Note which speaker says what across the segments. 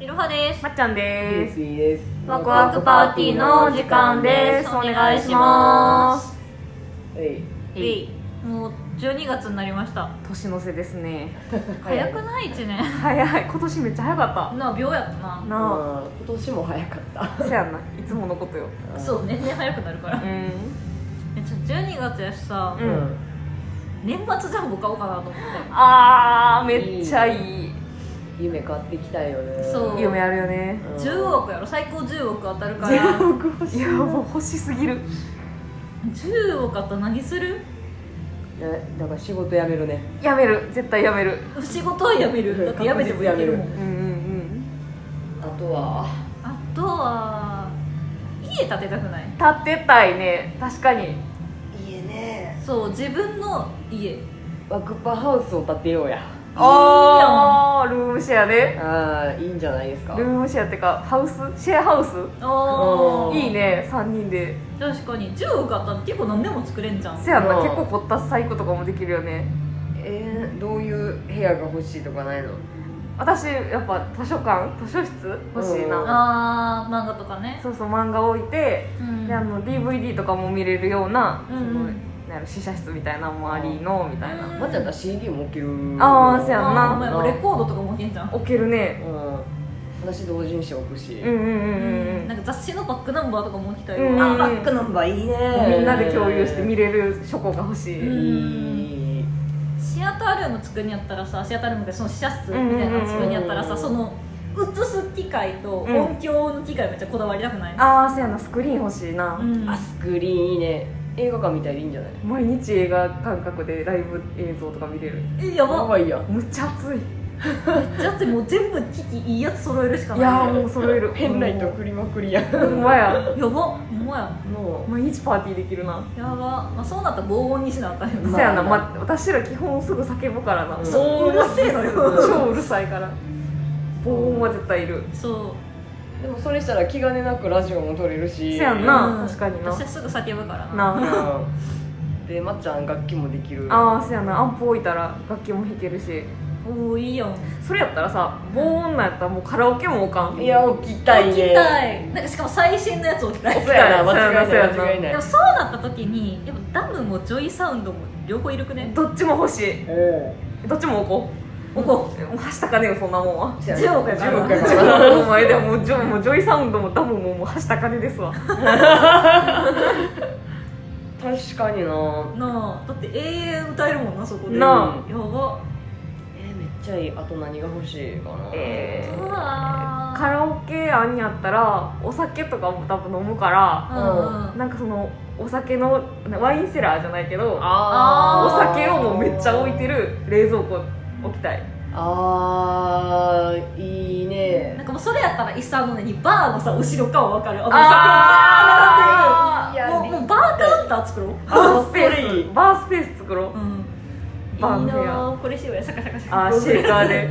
Speaker 1: いろはです
Speaker 2: まっちゃんで
Speaker 3: ですすいいです
Speaker 1: ワクワクパーティーのお時間ですお願いします
Speaker 3: はい
Speaker 2: えい
Speaker 1: もう12月になりました
Speaker 2: 年の瀬ですね
Speaker 1: 早くない1年
Speaker 2: 早い今年めっちゃ早かっ
Speaker 1: なあ秒やった
Speaker 2: た
Speaker 1: な
Speaker 2: な
Speaker 3: あ今年も早かった
Speaker 2: あせやんないつものことよ
Speaker 1: そう年々早くなるから
Speaker 2: ん
Speaker 1: えちょ12月やしさ
Speaker 3: うん、
Speaker 2: うん
Speaker 1: 年末ジャンボ買おうかなと思って
Speaker 2: あーめっちゃいい
Speaker 3: 夢買ってきたいよね
Speaker 1: そう
Speaker 2: 夢あるよね
Speaker 3: うん
Speaker 1: 10億やろ最高10億当たるから
Speaker 2: 10億欲しいやもう欲しすぎる
Speaker 1: 10億あったら何する
Speaker 3: えだから仕事辞めるね
Speaker 2: やめる絶対やめる
Speaker 1: 仕事は辞めるだって辞めてもやめるもん
Speaker 2: うんうん
Speaker 3: あとは
Speaker 1: あとは家建てたくない
Speaker 2: うん立てたいね確かに
Speaker 3: 家ね
Speaker 1: そう自分の家
Speaker 3: ワクパハウスを建てようや
Speaker 2: ああルームシェアで
Speaker 3: ああいいんじゃないですか
Speaker 2: ルームシェアってかハウスシェアハウス
Speaker 1: あ
Speaker 3: うん
Speaker 1: ー
Speaker 2: いいね3人で
Speaker 1: 確かに10億あったら結構何でも作れんじゃん
Speaker 2: せやんな
Speaker 3: うん
Speaker 2: 結構凝った細工とかもできるよね
Speaker 3: えー、どういう部屋が欲しいとかないの
Speaker 2: 私やっぱ図書館図書室欲しい
Speaker 3: うん
Speaker 2: な
Speaker 1: ああ漫画とかね
Speaker 2: そうそう漫画置いて
Speaker 1: うん
Speaker 2: であの DVD とかも見れるようなそ
Speaker 1: うん
Speaker 2: の
Speaker 1: うん
Speaker 2: なんやろ試写室みたいなのもありのみたいな
Speaker 1: うん
Speaker 3: まっちゃんだ CD も置ける
Speaker 2: あーせやん
Speaker 1: あ
Speaker 2: な
Speaker 1: ーお前もレコードとかも置けんじゃん
Speaker 2: 置けるね
Speaker 3: うん私同人誌置くし、
Speaker 2: うんうんう
Speaker 1: う
Speaker 2: んうん
Speaker 1: ん
Speaker 2: う
Speaker 1: なんんか雑誌のバックナンバーとかも置きたい
Speaker 2: うん
Speaker 1: わ
Speaker 3: あバックナンバーいいね
Speaker 2: みんなで共有して見れる書庫が欲し
Speaker 1: う
Speaker 2: い
Speaker 1: ん
Speaker 3: いい
Speaker 1: シアタールーム作るにやったらさシアタールームってその試写室みたいなの作るにやったらさ
Speaker 3: うん
Speaker 1: その映す機械と
Speaker 2: うん
Speaker 1: 音響の機械めっちゃこだわりたくない
Speaker 2: ああせやなスクリーン欲しいな
Speaker 1: うん
Speaker 3: あスクリーンいいね映画館みたいでいいんじゃない
Speaker 2: 毎日映画感覚でライブ映像とか見れる
Speaker 1: えやば
Speaker 3: ばいやん
Speaker 2: むっちゃ熱い
Speaker 1: だってもう全部機器いいやつ揃えるしか
Speaker 2: い
Speaker 1: ない
Speaker 2: や
Speaker 1: や
Speaker 2: ーもう揃える
Speaker 3: 変な人振りまくりやん
Speaker 2: ほんまや
Speaker 1: ばほんまや
Speaker 3: も
Speaker 2: 毎日パーティーできるな
Speaker 1: やば、まあ、そうなったら防音にしなあかんよ
Speaker 3: ま
Speaker 1: な
Speaker 3: あ
Speaker 2: せやな、ま私ら基本すぐ叫ぶからな、
Speaker 3: うん
Speaker 2: そううるせえのよ
Speaker 3: うん
Speaker 2: 超うるさいから防音は絶対いる、
Speaker 1: そう
Speaker 3: でもそれしたら気兼ねなくラジオも撮れるし
Speaker 2: せやん
Speaker 1: う
Speaker 2: な確かにな
Speaker 1: 私はすぐ叫ぶからな
Speaker 2: なあ
Speaker 3: うんでまっちゃん楽器もできる
Speaker 2: あーせやなアンプ置いたら楽器も弾けるし
Speaker 1: おおいいやん
Speaker 2: それやったらさ防音なんやったらもうカラオケも置かん
Speaker 3: いや起きたいね
Speaker 1: 置きたいなんかしかも最新のやつ置きたい
Speaker 3: そうやな
Speaker 2: そうやな
Speaker 3: 間違い
Speaker 2: そうや
Speaker 3: ない
Speaker 2: な
Speaker 3: 間違いな
Speaker 1: で
Speaker 3: い
Speaker 1: もそうなった時にやっぱダムもジョイサウンドも両方いるくね
Speaker 2: どっちも欲しい
Speaker 3: おお
Speaker 2: どっちも置こう
Speaker 1: 置こ
Speaker 2: うもうはしたかねえよそんなもん は
Speaker 3: 10
Speaker 1: 10億やから
Speaker 3: 億やか
Speaker 2: 自
Speaker 3: ら
Speaker 2: 分の前でもうジョもうジョイサウンドもダムももうはしたかねですわ
Speaker 3: 確かにな
Speaker 1: なあだって永遠歌えるもんなそこで
Speaker 2: なあ
Speaker 1: やば
Speaker 3: えーめっちゃいいあと何が欲しいかな
Speaker 2: え
Speaker 1: う
Speaker 2: ー
Speaker 1: わ
Speaker 2: カラオケあんやったらお酒とかも多分飲むから
Speaker 1: うんうん
Speaker 2: なんかそのお酒のワインセラーじゃないけどお
Speaker 3: あー
Speaker 2: 酒をもうめっちゃ置いてる冷蔵庫置きたい
Speaker 3: あーいいね
Speaker 1: なんかもうそれやったらイサのねにバーのさ後ろかは分かるあ
Speaker 2: あ
Speaker 3: いや
Speaker 1: もうもうもうバーカウンター作ろう
Speaker 2: バー
Speaker 3: あ
Speaker 2: ス
Speaker 3: そ
Speaker 2: ペ
Speaker 3: れい
Speaker 2: ー
Speaker 3: い
Speaker 2: スバースペース作ろう
Speaker 1: うん
Speaker 2: バー
Speaker 1: いい
Speaker 2: の部屋
Speaker 1: なあこれしようやシャカシャカシャカ
Speaker 2: あーシェイカーで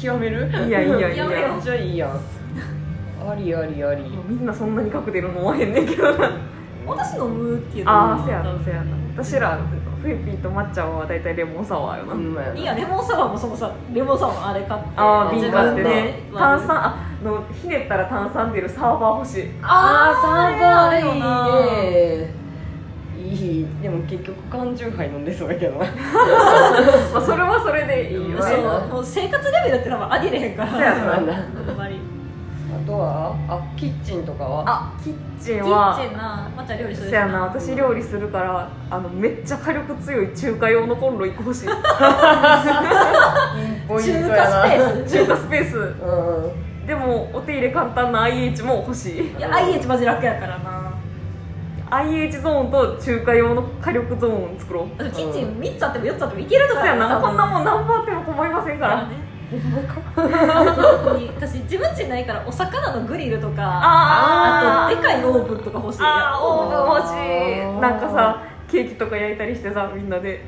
Speaker 3: 極める
Speaker 2: いやいいやいい
Speaker 3: め
Speaker 2: や
Speaker 1: やめよ
Speaker 3: っちゃいいやんありありあり
Speaker 2: みんなそんなに隠れるの思わへんねんけどな
Speaker 1: 私飲むけど
Speaker 2: ああせやなせやな私らフィリピンとまっちゃんは大体レモンサワーよな、
Speaker 3: うんまやない
Speaker 1: いやレモンサワーもそのさレモンサワーあれ買って
Speaker 2: ああ瓶買って
Speaker 1: 自分
Speaker 2: ね
Speaker 1: で
Speaker 2: 炭酸あのひねったら炭酸出るサーバー欲しい
Speaker 1: あー
Speaker 3: あー
Speaker 1: サーバーいいね
Speaker 3: いいねいいでも結局缶酎ハイ飲んでそうやけどな
Speaker 2: まあそれはそれでいいよね
Speaker 3: ん
Speaker 2: そう
Speaker 1: そうもう生活レベルだってのはありれへんから
Speaker 2: や
Speaker 1: ああ
Speaker 2: な
Speaker 1: んまりキ
Speaker 3: あとはあキッチンとかは
Speaker 2: あキッチンは
Speaker 1: ッチンなまっちゃん料理する
Speaker 2: せやな私料理するからあのめっちゃ火力強い中華用のコンロ1個欲しい中
Speaker 3: ポイン
Speaker 1: 中
Speaker 3: トや
Speaker 1: 華スペース
Speaker 2: 華スペー
Speaker 3: なうん
Speaker 2: スでもお手入れ簡単な IH も欲しい
Speaker 1: いや IH マジ楽やからな
Speaker 2: IH ゾーンと中華用の火力ゾーン作ろう
Speaker 1: キッチン3つあっても4つあってもいけると
Speaker 2: せ
Speaker 1: か
Speaker 2: やなもうこんな
Speaker 1: もん
Speaker 2: もん何本あっても困りませんから
Speaker 1: 私自分ちないからお魚のグリルとか
Speaker 2: あ
Speaker 1: あとでかいオーブンとか欲しい
Speaker 2: あーオーブン欲し
Speaker 3: あ
Speaker 2: い
Speaker 3: ー
Speaker 2: なんかさケーキとか焼いたりしてさみんなで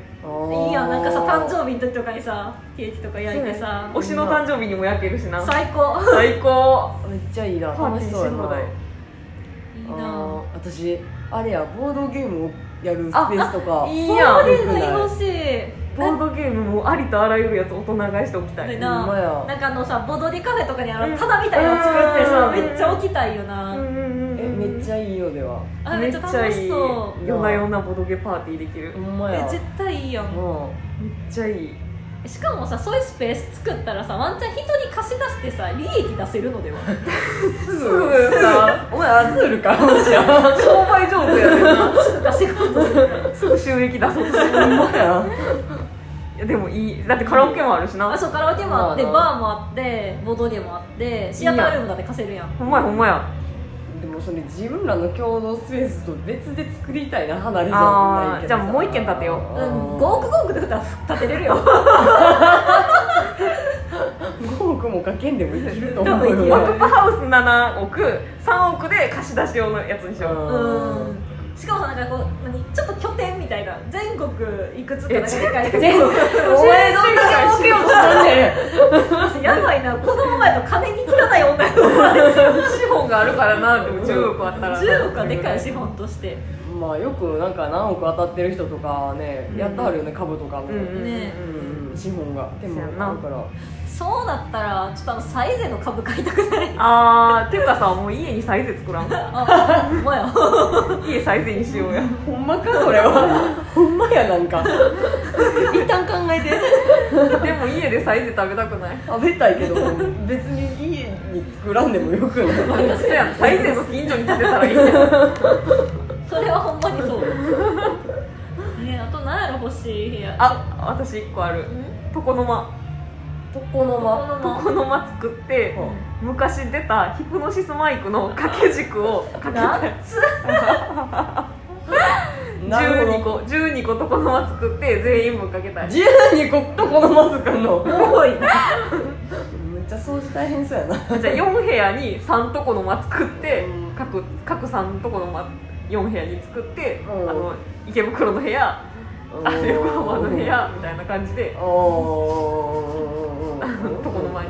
Speaker 1: いいやんなんかさ誕生日の時とかにさケーキとか焼いてさ
Speaker 2: 推しの誕生日にも焼けるしな
Speaker 1: 最高
Speaker 2: 最高
Speaker 3: めっちゃいいな
Speaker 2: パー
Speaker 3: 楽
Speaker 2: ティ
Speaker 3: し
Speaker 2: ー
Speaker 3: そう
Speaker 2: し
Speaker 3: や
Speaker 2: 放
Speaker 3: な
Speaker 1: い
Speaker 2: 題
Speaker 1: い
Speaker 3: あ
Speaker 1: な
Speaker 3: ー私あれやボードゲームをやるスペースとか
Speaker 2: いい
Speaker 1: ボ
Speaker 2: や
Speaker 1: ー
Speaker 2: ん
Speaker 1: ドゲーム欲しい
Speaker 2: ボードゲームもありとあらゆるやつ大人買いしておきた
Speaker 1: で
Speaker 2: い
Speaker 1: な
Speaker 3: ほんまや
Speaker 1: なんかあのさボードリカフェとかにあ
Speaker 2: う
Speaker 1: の
Speaker 2: ん
Speaker 1: タダみたいなの作ってさ
Speaker 2: うん
Speaker 1: めっちゃ置きたいよな、
Speaker 2: うんうんうん
Speaker 3: えめっちゃいいよでは
Speaker 1: あめっちゃ楽しそ
Speaker 3: めっちゃいいう
Speaker 2: 夜な夜なボドゲパーティーできる
Speaker 3: ほんま
Speaker 1: うえ
Speaker 3: や
Speaker 1: 絶対いいやん
Speaker 3: も
Speaker 2: めっちゃいい
Speaker 1: しかもさそういうスペース作ったらさワンチャン人に貸し出してさ利益出せる のでは
Speaker 3: うす
Speaker 2: ぐ
Speaker 3: さお前アズールかもしれん
Speaker 2: 商売上手やねんな
Speaker 1: すぐ出せることする
Speaker 2: すぐ収益出そうとする
Speaker 3: ほんまや
Speaker 2: いやでもいいだってカラオケもあるしな
Speaker 1: あそうカラオケもあってバー
Speaker 3: まあな
Speaker 1: もあってボードゲームもあってシアタールームだって貸せるやん
Speaker 2: ほんまやほんまや
Speaker 3: でもそれ自分らの共同スペースと別で作りたいな離れじゃない
Speaker 2: あーじゃあもう一軒建てよう
Speaker 1: うん、5億5億で立てれるよ
Speaker 3: 5億もかけんでもいけると
Speaker 2: で
Speaker 3: 思
Speaker 2: も
Speaker 3: う
Speaker 2: ワ
Speaker 3: よ
Speaker 2: クパハウス7億3億で貸し出し用のやつにしよう
Speaker 1: うんしかもさなんかこう何ちょっと拠点みたいな全国いくつか
Speaker 2: え
Speaker 1: なんか世界
Speaker 2: 全国
Speaker 3: お前どんだけ儲けようとしたんね
Speaker 1: やばいなこのままやと金に汚い女の 子
Speaker 2: 資本があるからなでも10億あったら
Speaker 1: 10億はでかい資本として
Speaker 3: んまあよくなんか何億当たってる人とかね
Speaker 2: うん
Speaker 3: やってはるよね株とかも
Speaker 2: うんうんうん
Speaker 1: ね
Speaker 3: うん資本がでも
Speaker 2: そうやな
Speaker 3: あるから
Speaker 1: そうなったらちょっとあのサイゼの株買いたく ない
Speaker 2: あーていうかさもう家にサイゼ作らん
Speaker 1: あほんまや
Speaker 2: 家サイゼにしようや
Speaker 3: ほんまかそれ はほんまやなんか一旦考えて
Speaker 2: でも家でサイゼ食べたくない
Speaker 3: 食べたいけど別に家に作らんでもよくない
Speaker 2: そうやんサイゼの近所に建てたらいいやん
Speaker 1: それはほんまに そうねあと何やろ欲しい部屋
Speaker 2: あ私1個ある
Speaker 1: ん
Speaker 2: 床の間
Speaker 3: 床の間
Speaker 1: こ
Speaker 2: 床の間作って昔出たヒプノシスマイクの掛け軸を掛けたい
Speaker 3: なるほ
Speaker 2: 12個
Speaker 3: ど
Speaker 2: 12個床の間作って全員分かけたい
Speaker 3: 12個床の間作んの
Speaker 1: の多いな
Speaker 3: めっちゃ掃除大変そうやな
Speaker 2: じゃあ4部屋に3とこの間作って
Speaker 3: うん
Speaker 2: 各各3とこの間4部屋に作ってあ
Speaker 3: うん
Speaker 2: の池袋の部屋あの横浜の部屋みたいな感じで
Speaker 3: おー
Speaker 2: 床の間に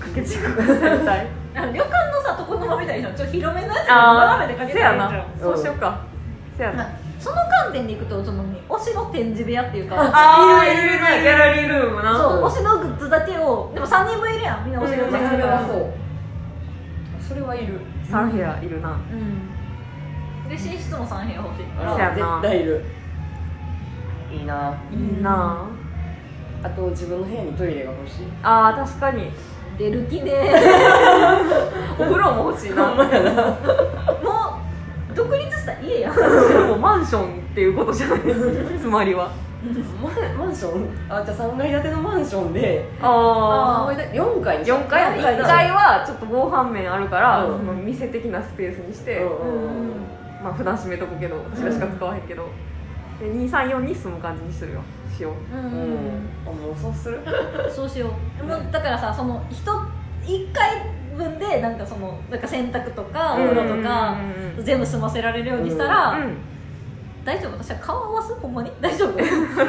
Speaker 2: 掛け軸がされたい
Speaker 1: あの旅館のさ床の間みたいなちょっと広めのやつに
Speaker 2: あ
Speaker 1: 斜めでか
Speaker 2: あ
Speaker 1: け
Speaker 2: せ
Speaker 1: たらい
Speaker 2: や
Speaker 1: いんちゃう
Speaker 2: なそうしようかせやな
Speaker 1: まあその観点でいくとその推しの展示部屋っていうか
Speaker 2: あーいるなギャラリールームな
Speaker 1: そう推しのグッズだけをでも3人分いるやんみんな推しのグ
Speaker 3: ま
Speaker 1: ッ
Speaker 3: あそ
Speaker 1: ズ
Speaker 3: れ
Speaker 1: が
Speaker 3: はそうそれはいる
Speaker 2: 3部屋いるな
Speaker 1: うんで寝室も3部屋欲しいか
Speaker 3: あ
Speaker 1: ら
Speaker 2: そうやな
Speaker 3: 絶対いるいいない
Speaker 2: いな
Speaker 3: あと自分の部屋にトイレが欲しい
Speaker 2: ああー確かに
Speaker 1: 出る気で
Speaker 2: お風呂も欲しいなで
Speaker 1: もう独立した家やん
Speaker 2: もマンションっていうことじゃないつまりは
Speaker 3: マンマンションあじゃあ3階建てのマンションで
Speaker 2: あ
Speaker 1: あ
Speaker 2: あ
Speaker 1: ー
Speaker 3: 4階にしよう
Speaker 2: 4階
Speaker 3: 四
Speaker 2: 1階はちょっと防犯面あるから、
Speaker 3: うん
Speaker 2: その店的なスペースにして、
Speaker 3: うんうん
Speaker 2: まあ普段閉めとくけど私らしか使わへんけど、で234に住む感じにするよしよう
Speaker 1: う
Speaker 3: うん
Speaker 1: ん
Speaker 3: あもうそうする
Speaker 1: そうしようもうだからさその人1回分でなんかそのなんか洗濯とかお風呂とか
Speaker 2: うんうんうん
Speaker 1: 全部済ませられるようにしたら、
Speaker 2: うん
Speaker 1: 大丈夫私は顔合わすほんまに大 丈夫
Speaker 3: い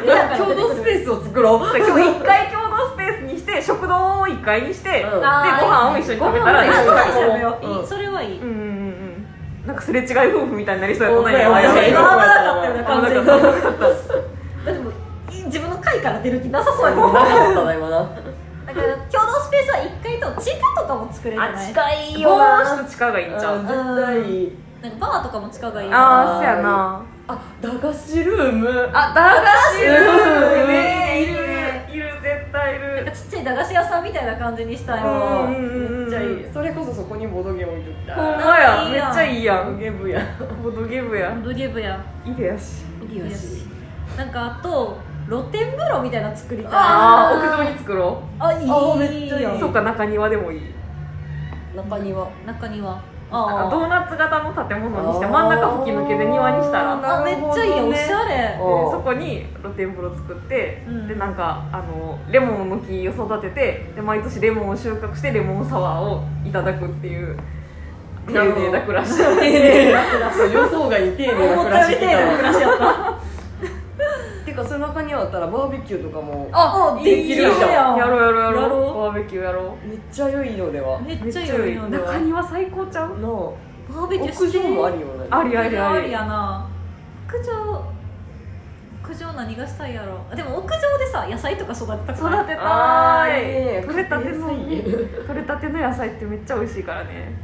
Speaker 3: や共同スペースを作ろ う
Speaker 2: だから今日1階共同スペースにして食堂を1階にして、
Speaker 3: う
Speaker 2: で
Speaker 3: ん
Speaker 2: ご
Speaker 1: あー
Speaker 2: 飯を一緒に食べた
Speaker 3: ご飯
Speaker 2: ら
Speaker 3: を
Speaker 1: あ
Speaker 3: 一
Speaker 1: ご飯
Speaker 3: 緒に
Speaker 1: 食べよう
Speaker 3: うん
Speaker 1: いいそれはいい
Speaker 2: うんうんうんうんなんかすれ違い夫婦みたいになりそうやったな
Speaker 3: ほんまや
Speaker 2: 今
Speaker 3: ほんま
Speaker 1: 今危な
Speaker 2: 今
Speaker 3: や
Speaker 1: かったよな完全に
Speaker 2: 危な
Speaker 1: だってもうい自分の階から出る気なさそうや
Speaker 3: な
Speaker 1: もんだか
Speaker 3: かったな今な
Speaker 1: ら共同スペースは1階と地下とかも作れる
Speaker 2: あ
Speaker 1: じゃない
Speaker 3: 近い
Speaker 2: 防
Speaker 3: な
Speaker 2: 音室地下がいいんちゃ
Speaker 3: うん
Speaker 2: う
Speaker 3: 絶対いい
Speaker 1: なんかバーとかも地下がいいな
Speaker 2: ああそうやな
Speaker 3: あ駄菓子ルーム
Speaker 2: あ、駄菓子
Speaker 3: う
Speaker 2: ね
Speaker 3: ん
Speaker 1: ね
Speaker 2: いるいる絶対い
Speaker 1: なん
Speaker 2: る
Speaker 1: かちっちゃい駄菓子屋さんみたいな感じにしたい
Speaker 3: うん
Speaker 1: わ
Speaker 2: め
Speaker 1: めっ
Speaker 2: っち
Speaker 1: ち
Speaker 2: ゃ
Speaker 1: ゃ
Speaker 2: い
Speaker 1: い
Speaker 2: い
Speaker 1: い
Speaker 3: それこそそこにボドゲ置いとき
Speaker 2: ほん
Speaker 3: たい
Speaker 2: まや
Speaker 1: いい
Speaker 2: めっ
Speaker 1: やん
Speaker 2: ちゃいいや
Speaker 3: ボド
Speaker 2: ん
Speaker 3: ゲ部や
Speaker 2: ボドゲ部や
Speaker 1: ドリブや
Speaker 2: いいやし
Speaker 3: いやし
Speaker 1: なんかあと露天風呂みたいなの作りたい
Speaker 2: あ
Speaker 1: あ
Speaker 2: あ屋上に作ろ
Speaker 1: あいい
Speaker 3: あめっちゃいいう
Speaker 2: そうか中庭でもいい
Speaker 3: 中庭
Speaker 1: 中庭
Speaker 2: あド
Speaker 1: あ
Speaker 2: ーナツ型の建物にして真ん中吹き抜けで庭にした
Speaker 3: あー
Speaker 2: ら
Speaker 1: ああめっちゃいいやんおしゃれ
Speaker 2: で
Speaker 3: おー
Speaker 2: そこに露天風呂作って、
Speaker 1: うん
Speaker 2: でなんかあのレモンの木を育ててで毎年レモンを収穫してレモンサワーをいただくっていう丁
Speaker 3: なるほど
Speaker 2: 寧な暮らし
Speaker 3: 丁寧な暮らし予想外に丁寧な
Speaker 1: 思っ
Speaker 3: 暮ら
Speaker 1: た
Speaker 3: し
Speaker 1: みたいな暮らしやった
Speaker 3: てかその中にあったらバーベキューとかも
Speaker 1: あ
Speaker 3: できるやん
Speaker 2: やろうやろうやろう
Speaker 1: やろ
Speaker 2: バーベキューやろ
Speaker 3: めっちゃ良いのでは
Speaker 1: め
Speaker 2: う
Speaker 1: っちゃ良いのでは
Speaker 2: 中庭最高ちゃう
Speaker 3: の
Speaker 1: バーベキュー
Speaker 3: 屋上もあるよね
Speaker 2: ありありあり
Speaker 1: やな屋上屋上何がしたいやろでも屋上でさ野菜とか育てたくない
Speaker 2: 育て
Speaker 3: あ
Speaker 2: た
Speaker 3: ーいい
Speaker 2: い
Speaker 3: ね
Speaker 2: 取れたての
Speaker 3: 家
Speaker 2: 取れたての野菜ってめっちゃ美味しいからね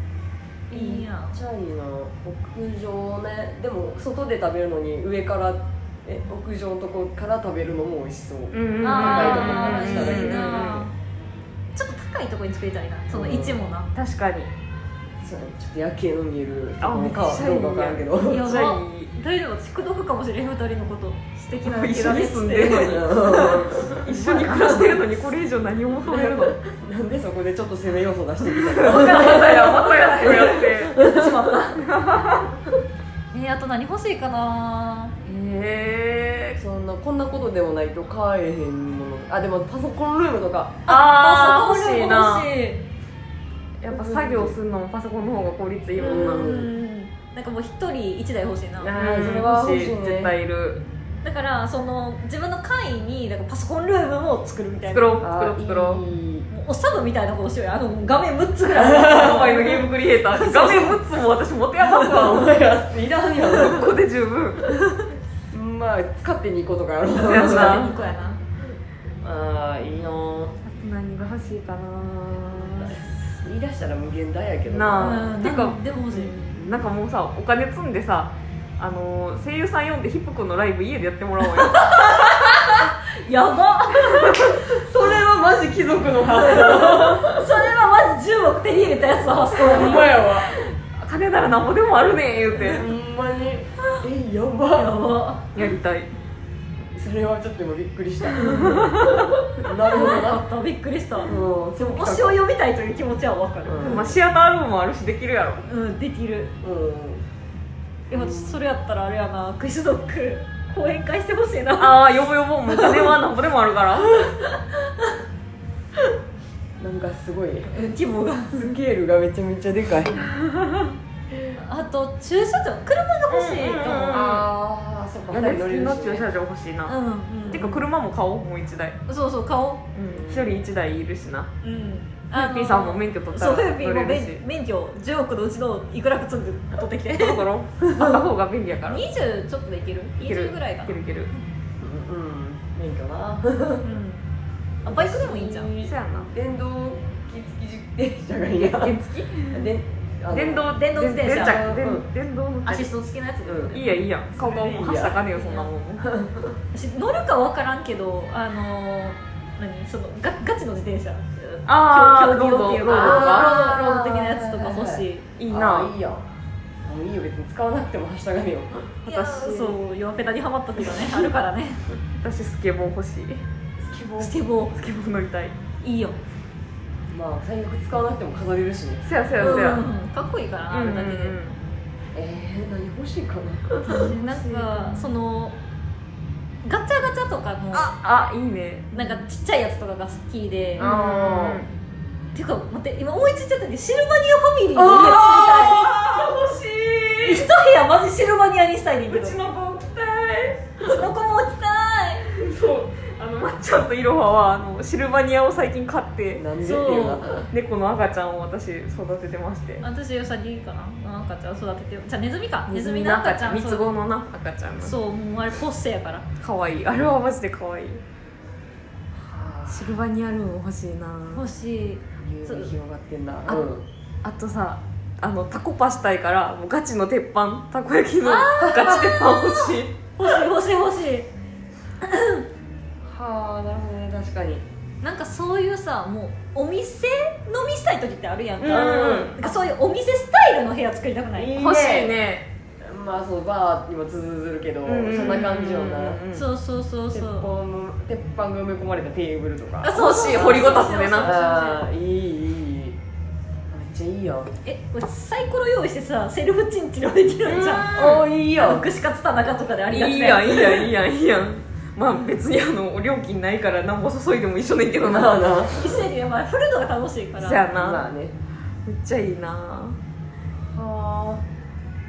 Speaker 1: いいやん
Speaker 3: めっちゃいいな屋上ねでも外で食べるのに上からえ屋上のとこから食べるのも美味しそう、
Speaker 2: うんうん
Speaker 1: ああい
Speaker 3: ーいいない
Speaker 1: なちょっと高いところに作りたいなその位置もな、
Speaker 2: 確かに
Speaker 3: そうちょっと夜景の見える
Speaker 2: あめっち
Speaker 3: か
Speaker 2: ゃいい
Speaker 3: どうかわからんけど
Speaker 1: いや
Speaker 2: めっちゃいい
Speaker 1: 大丈夫私口説くかもしれん二人のこと素敵な
Speaker 2: 一緒に住ん
Speaker 1: 家
Speaker 2: でるのに
Speaker 3: な
Speaker 2: 一緒に暮らしてるのにこれ以上何を求めるの
Speaker 3: んでそこでちょっと攻め要素出してみ た
Speaker 2: またやまたやそうやって
Speaker 1: だしまったえーあと何欲しいかな
Speaker 2: え
Speaker 3: そんなこんなことでもないと買えへんものあでもパソコンルームとか
Speaker 2: あ
Speaker 1: パ
Speaker 2: ー
Speaker 1: ソコンルーム
Speaker 2: 欲
Speaker 1: 欲しい
Speaker 2: やっぱ作業するのもパソコンの方が効率いいもんな、
Speaker 3: うん
Speaker 1: なんかもう一人一台欲しいな
Speaker 3: な
Speaker 2: うん
Speaker 3: それは欲しいね
Speaker 2: 欲絶対いる
Speaker 1: だからその自分の会になんかパソコンルームも作るみたい
Speaker 2: 作
Speaker 1: な
Speaker 2: ろう作ろう作ろう
Speaker 3: う
Speaker 1: もうおサブみたいなことしようよあの画面6つぐ らい
Speaker 2: モバイルゲームクリエイター画面6つも私持て余すわ
Speaker 3: いらんや
Speaker 2: ここで十分
Speaker 3: ろまあ使って2個とかやろ
Speaker 2: そうやな
Speaker 1: 2個やな
Speaker 3: ああいいなぁ
Speaker 2: 何が欲しいかな
Speaker 3: 言い出したら無限大やけど
Speaker 2: なあ
Speaker 1: うん
Speaker 2: てか
Speaker 1: でも欲しい
Speaker 2: なんかもうさお金積んでさあのー声優さん呼んでヒップ君のライブ家でやってもらおうよ
Speaker 1: やば
Speaker 3: それはマジ貴族の発
Speaker 1: そ
Speaker 3: 想
Speaker 1: れはマジ10億手に入れたやつの発想
Speaker 3: ほん
Speaker 1: に
Speaker 3: まやわ
Speaker 2: 金ならなんぼでもあるね言う
Speaker 3: ほ
Speaker 2: て
Speaker 3: んまにえや
Speaker 1: や
Speaker 3: ば
Speaker 1: ば
Speaker 2: やりたい
Speaker 3: それはちょっと今びっく りしたなるほど
Speaker 1: よか
Speaker 3: な
Speaker 1: ったびっくりした、で
Speaker 3: うんで
Speaker 1: も推しを呼びたいという気持ちは分かる
Speaker 3: うん
Speaker 2: まあシアタールームもあるしできるやろ
Speaker 1: うん、できる
Speaker 3: う
Speaker 1: いや私それやったらあれやなクイズドッグ講演会してほしいな
Speaker 2: ああ呼ぼ呼ぼもう金はなんぼでもあるから
Speaker 3: んなんかすごい
Speaker 1: 規模が
Speaker 3: スケールがめちゃめちゃでかい
Speaker 1: あと駐車場車が欲しいかも、
Speaker 2: うんうんうん
Speaker 3: ああそっか
Speaker 2: 屋根付きの駐車場欲しいな、
Speaker 1: うんうん、
Speaker 2: てか車も買おうもう1台
Speaker 1: そうそう顔
Speaker 2: うん一人1台いるしな
Speaker 1: うん
Speaker 2: あーピーさんも免許取った
Speaker 1: そう
Speaker 2: ら
Speaker 1: フ
Speaker 2: 取
Speaker 1: ーピーも
Speaker 2: れるし
Speaker 1: 免免許10億のうちのいくらかつぐ取ってきて
Speaker 2: だからあった方が便利やから
Speaker 1: 20ちょっとでいける
Speaker 2: いける
Speaker 1: 20ぐらいか
Speaker 2: いけ
Speaker 1: な
Speaker 2: るいける
Speaker 3: うん免許な
Speaker 1: うんあバイクでもいいんじゃん
Speaker 2: そうやな
Speaker 3: 電動機付き自転車がいい
Speaker 2: 原
Speaker 3: や
Speaker 2: 付き
Speaker 3: であの
Speaker 2: 電動
Speaker 1: 電動自転車
Speaker 2: 電
Speaker 3: う
Speaker 2: 電動の
Speaker 1: アシスト付きのやつで、
Speaker 3: うん
Speaker 2: いいやいいや顔がもう走ったらあかねえよそんなもん
Speaker 1: 私乗るか分からんけどあのー、何そのガガチの自転車
Speaker 2: あー
Speaker 1: 競競技用っていう
Speaker 2: ロードロード
Speaker 1: か
Speaker 3: が
Speaker 1: あーロードロード的なやつとか欲しい
Speaker 2: いい
Speaker 3: あ
Speaker 2: な
Speaker 3: ーいいやもういいよ別に使わなくてもはしたがねよ
Speaker 1: いや
Speaker 2: 私
Speaker 1: そう弱ペダにハマった時がねあるから ね
Speaker 2: 私スケボー欲しい
Speaker 3: スケボ
Speaker 1: スケボー
Speaker 2: スケボー乗りたい
Speaker 1: いいよ
Speaker 3: まあ最悪使わなくても飾れるしね
Speaker 2: せやせや
Speaker 1: う
Speaker 2: せ
Speaker 1: ん
Speaker 2: や
Speaker 1: かっこいいからなあ
Speaker 2: うんう
Speaker 1: れ
Speaker 2: ん
Speaker 1: だけで、
Speaker 3: えー、何欲しいか
Speaker 1: な
Speaker 3: な
Speaker 1: んかそのガチャガチャとかの
Speaker 2: あいいね
Speaker 1: なんかちっちゃいやつとかが好きで
Speaker 3: あー
Speaker 1: ていうか待って今思いついちゃったけどシルバニアファミリーの家
Speaker 2: あー欲
Speaker 1: 作
Speaker 2: し
Speaker 1: りたい一部屋マジシルバニアにしたいねんけ
Speaker 2: いう
Speaker 1: どう
Speaker 2: ち
Speaker 1: ち
Speaker 2: の子置きたい
Speaker 1: の子も置きたい
Speaker 2: そうあのまっちゃんといろははあのシルバニアを最近飼って
Speaker 3: なんでっていうな
Speaker 2: 猫の赤ちゃんを私育ててまして
Speaker 1: 私ウサギかな赤ちゃん育ててるじゃあネズミかネ
Speaker 2: ネズ
Speaker 1: ズ
Speaker 2: ミ
Speaker 1: ミ
Speaker 2: の
Speaker 1: の
Speaker 2: 赤
Speaker 1: 赤
Speaker 2: ち
Speaker 1: ち
Speaker 2: ゃ
Speaker 1: ゃ
Speaker 2: ん
Speaker 1: ん
Speaker 2: 三つ子のな赤ちゃん
Speaker 1: そうそうもうあれポッセやから
Speaker 2: かわいいあれはマジでかわいい
Speaker 3: はあ
Speaker 2: シルバニアルーム欲しいな
Speaker 1: 欲しい
Speaker 3: 夢広がってんな
Speaker 2: あ
Speaker 3: うん
Speaker 2: あとさあのタコパしたいからもうガチの鉄板たこ焼きのガチ鉄板欲しい
Speaker 1: 欲しい欲しい欲し
Speaker 3: はあなるほどね確かに
Speaker 1: いなんかそういうさもうお店飲みしたい時ってあるやんか,、
Speaker 2: うん
Speaker 1: なんかそういうお店スタイルの部屋作りたくない、
Speaker 3: いいね
Speaker 2: 欲しいね
Speaker 3: まあそうバーにも通ずるけどそ
Speaker 2: うん
Speaker 3: んな感じよな
Speaker 2: うんうん
Speaker 1: そうそうそう
Speaker 3: 鉄
Speaker 1: そ
Speaker 3: 板
Speaker 1: う
Speaker 3: の鉄板が埋め込まれたテーブルとか
Speaker 1: あ
Speaker 2: 欲しい掘りごたつでな
Speaker 3: ああいいいいいいあめっちゃいいよ
Speaker 1: えこれサイコロ用意してさセルフチンチロできるんじゃん
Speaker 3: おおいいよ
Speaker 1: 串カツ田中とかでありがち
Speaker 2: いい
Speaker 1: な
Speaker 2: やん
Speaker 1: つ
Speaker 2: いいやんいいやんいいやんまあ別にあの料金ないから何ぼ注いでも一緒ねんけど
Speaker 3: まあ
Speaker 2: な
Speaker 3: な
Speaker 1: 一緒にやばい振るのが楽しいか
Speaker 2: そや
Speaker 1: ら
Speaker 3: ま
Speaker 2: な
Speaker 3: あね
Speaker 2: めっちゃいいな
Speaker 3: は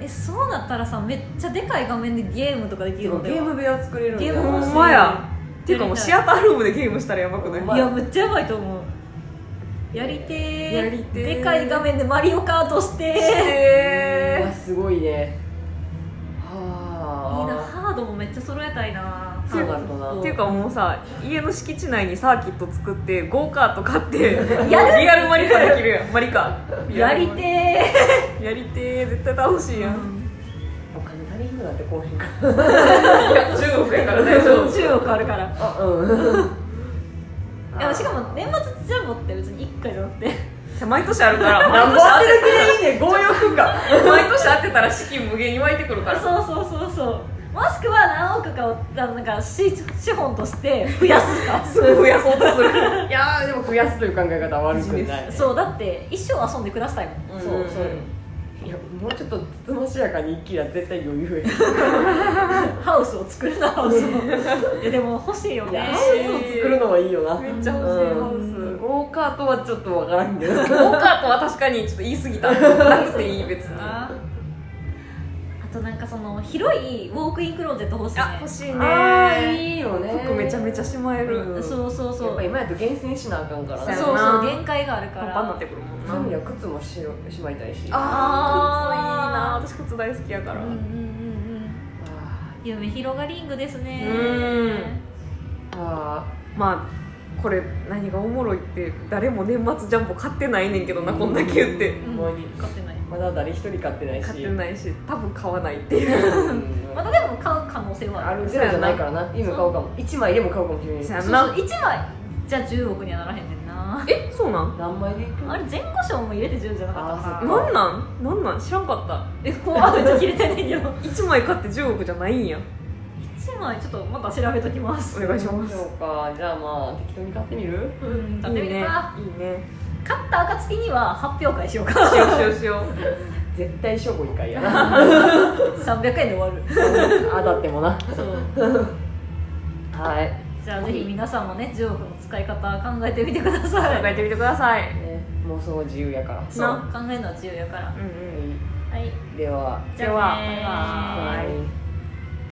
Speaker 1: えそうなったらさめっちゃでかい画面でゲームとかでき
Speaker 3: ゲ
Speaker 1: るのでは
Speaker 3: ーム部屋作れるんだ
Speaker 1: ゲーム部
Speaker 2: ほ
Speaker 3: よ
Speaker 1: 屋
Speaker 2: んまやっていうかもうシアタールームでゲームしたらやばくない
Speaker 3: ほんま
Speaker 1: いやめっちゃやばいと思うやりてー
Speaker 2: やりてー
Speaker 1: でかい画面でマリオカートして
Speaker 2: え
Speaker 3: うわすごいね
Speaker 1: ーいいな
Speaker 3: は
Speaker 1: ハードもめっちゃ揃えたいな
Speaker 2: ー
Speaker 3: 感があるとな
Speaker 1: そう
Speaker 2: っていうかもうさ家の敷地内にサーキット作ってゴーカート買って
Speaker 1: やる
Speaker 2: リアルマリカできるやんマリカ
Speaker 1: やりて
Speaker 2: やりてー絶対楽しい
Speaker 1: ー
Speaker 2: やん
Speaker 3: お金足りひんくなってこうへんか
Speaker 2: いや中国やから大丈夫
Speaker 1: 中国あるから
Speaker 3: あ うん
Speaker 1: いやしかも年末ジャンボって別に一回じゃなくて
Speaker 2: 毎年あるから
Speaker 3: な
Speaker 2: 毎
Speaker 3: ん
Speaker 2: 年
Speaker 3: ぼ
Speaker 2: あ
Speaker 3: 当
Speaker 2: ってて
Speaker 3: る気でいいね強欲か
Speaker 2: 毎年会ってたら資金無限に湧いてくるから
Speaker 1: そうそうそうそうもしくは何億かをあのなんか資資本として増やすか
Speaker 2: すぐ増やそうとする
Speaker 3: いやーでも増やすという考え方は悪くない
Speaker 1: そうだって一生遊んでくださいもん
Speaker 3: そうそういやもうちょっとつつましやかに生きりゃ絶対余裕
Speaker 1: ハウスを作るなハウスを いやでも欲しいよ
Speaker 3: やいや
Speaker 1: ね
Speaker 3: ハウスを作るのはいいよな
Speaker 2: めっちゃ欲しいハウス
Speaker 3: うんゴーカートはちょっとわからんけど
Speaker 2: ゴーカートは確かにちょっと言い過ぎたなくていい別に
Speaker 1: あとなんかその広いウォークインクローゼット欲しいね
Speaker 2: あ欲しいね
Speaker 3: あーいいよね
Speaker 2: 服めちゃめちゃしまえる
Speaker 3: うん
Speaker 1: そうそうそう
Speaker 3: やっぱ今やと厳選しなあかんから
Speaker 1: そう
Speaker 2: ぱ
Speaker 3: ね
Speaker 2: そうやな
Speaker 1: そう限界があるか
Speaker 2: パン
Speaker 1: ら
Speaker 2: パンになってくるもん
Speaker 3: そうい
Speaker 2: な
Speaker 3: う意味では靴もしよしまいたいし
Speaker 1: あ
Speaker 2: あー靴いいな私靴大好きやから
Speaker 1: うんうんうん
Speaker 3: あ
Speaker 1: うん夢広がりングですね
Speaker 2: うん
Speaker 3: ーあ
Speaker 2: まあこれ何がおもろいって誰も年末ジャンボ買ってないねんけどなこんだけ言って
Speaker 1: う
Speaker 3: ほんまに
Speaker 1: 買ってない
Speaker 3: まだ誰一人買ってないし
Speaker 2: 買ってないし多分買わないって いう
Speaker 3: うん
Speaker 1: またでも買う可能性は
Speaker 3: あ
Speaker 1: ある
Speaker 3: るぐらいじゃないからな今買うかも1枚でも買うかもしれない
Speaker 2: そ
Speaker 3: し
Speaker 2: や
Speaker 1: そう
Speaker 2: な
Speaker 1: 1枚じゃあ10億にはならへんねんな
Speaker 2: えそうなん
Speaker 3: 何枚でいく
Speaker 1: あれ前後賞も入れて10じゃなかった
Speaker 3: あ
Speaker 1: か
Speaker 3: ー
Speaker 1: な
Speaker 3: そっ
Speaker 2: なんなんなんなん知らんかった
Speaker 1: えこうあると切れてないけど
Speaker 2: 1枚買って10億じゃないんや
Speaker 1: 1枚ちょっとまた調べときます
Speaker 2: お願いします
Speaker 3: そうかじゃあまあ適当に買ってみる
Speaker 1: うん買
Speaker 2: い
Speaker 1: って
Speaker 2: いね
Speaker 1: み
Speaker 2: いい
Speaker 1: るか
Speaker 2: ね
Speaker 1: 勝った暁には発表会しようか
Speaker 2: しようしようしよ
Speaker 3: 絶対しょぼい回やな
Speaker 1: 300 円で終わる
Speaker 3: あだってもな
Speaker 1: そう
Speaker 3: はい、
Speaker 1: じゃあぜひ皆さんもね10億の使い方考えてみてくださ
Speaker 2: う考
Speaker 1: い
Speaker 2: えてみてください
Speaker 3: ね、妄想は自由やから、は
Speaker 1: そう考えるのは自由やから
Speaker 2: うんうん
Speaker 3: い、
Speaker 1: はい
Speaker 3: では
Speaker 1: じゃあねー
Speaker 2: ではバイバイ
Speaker 3: い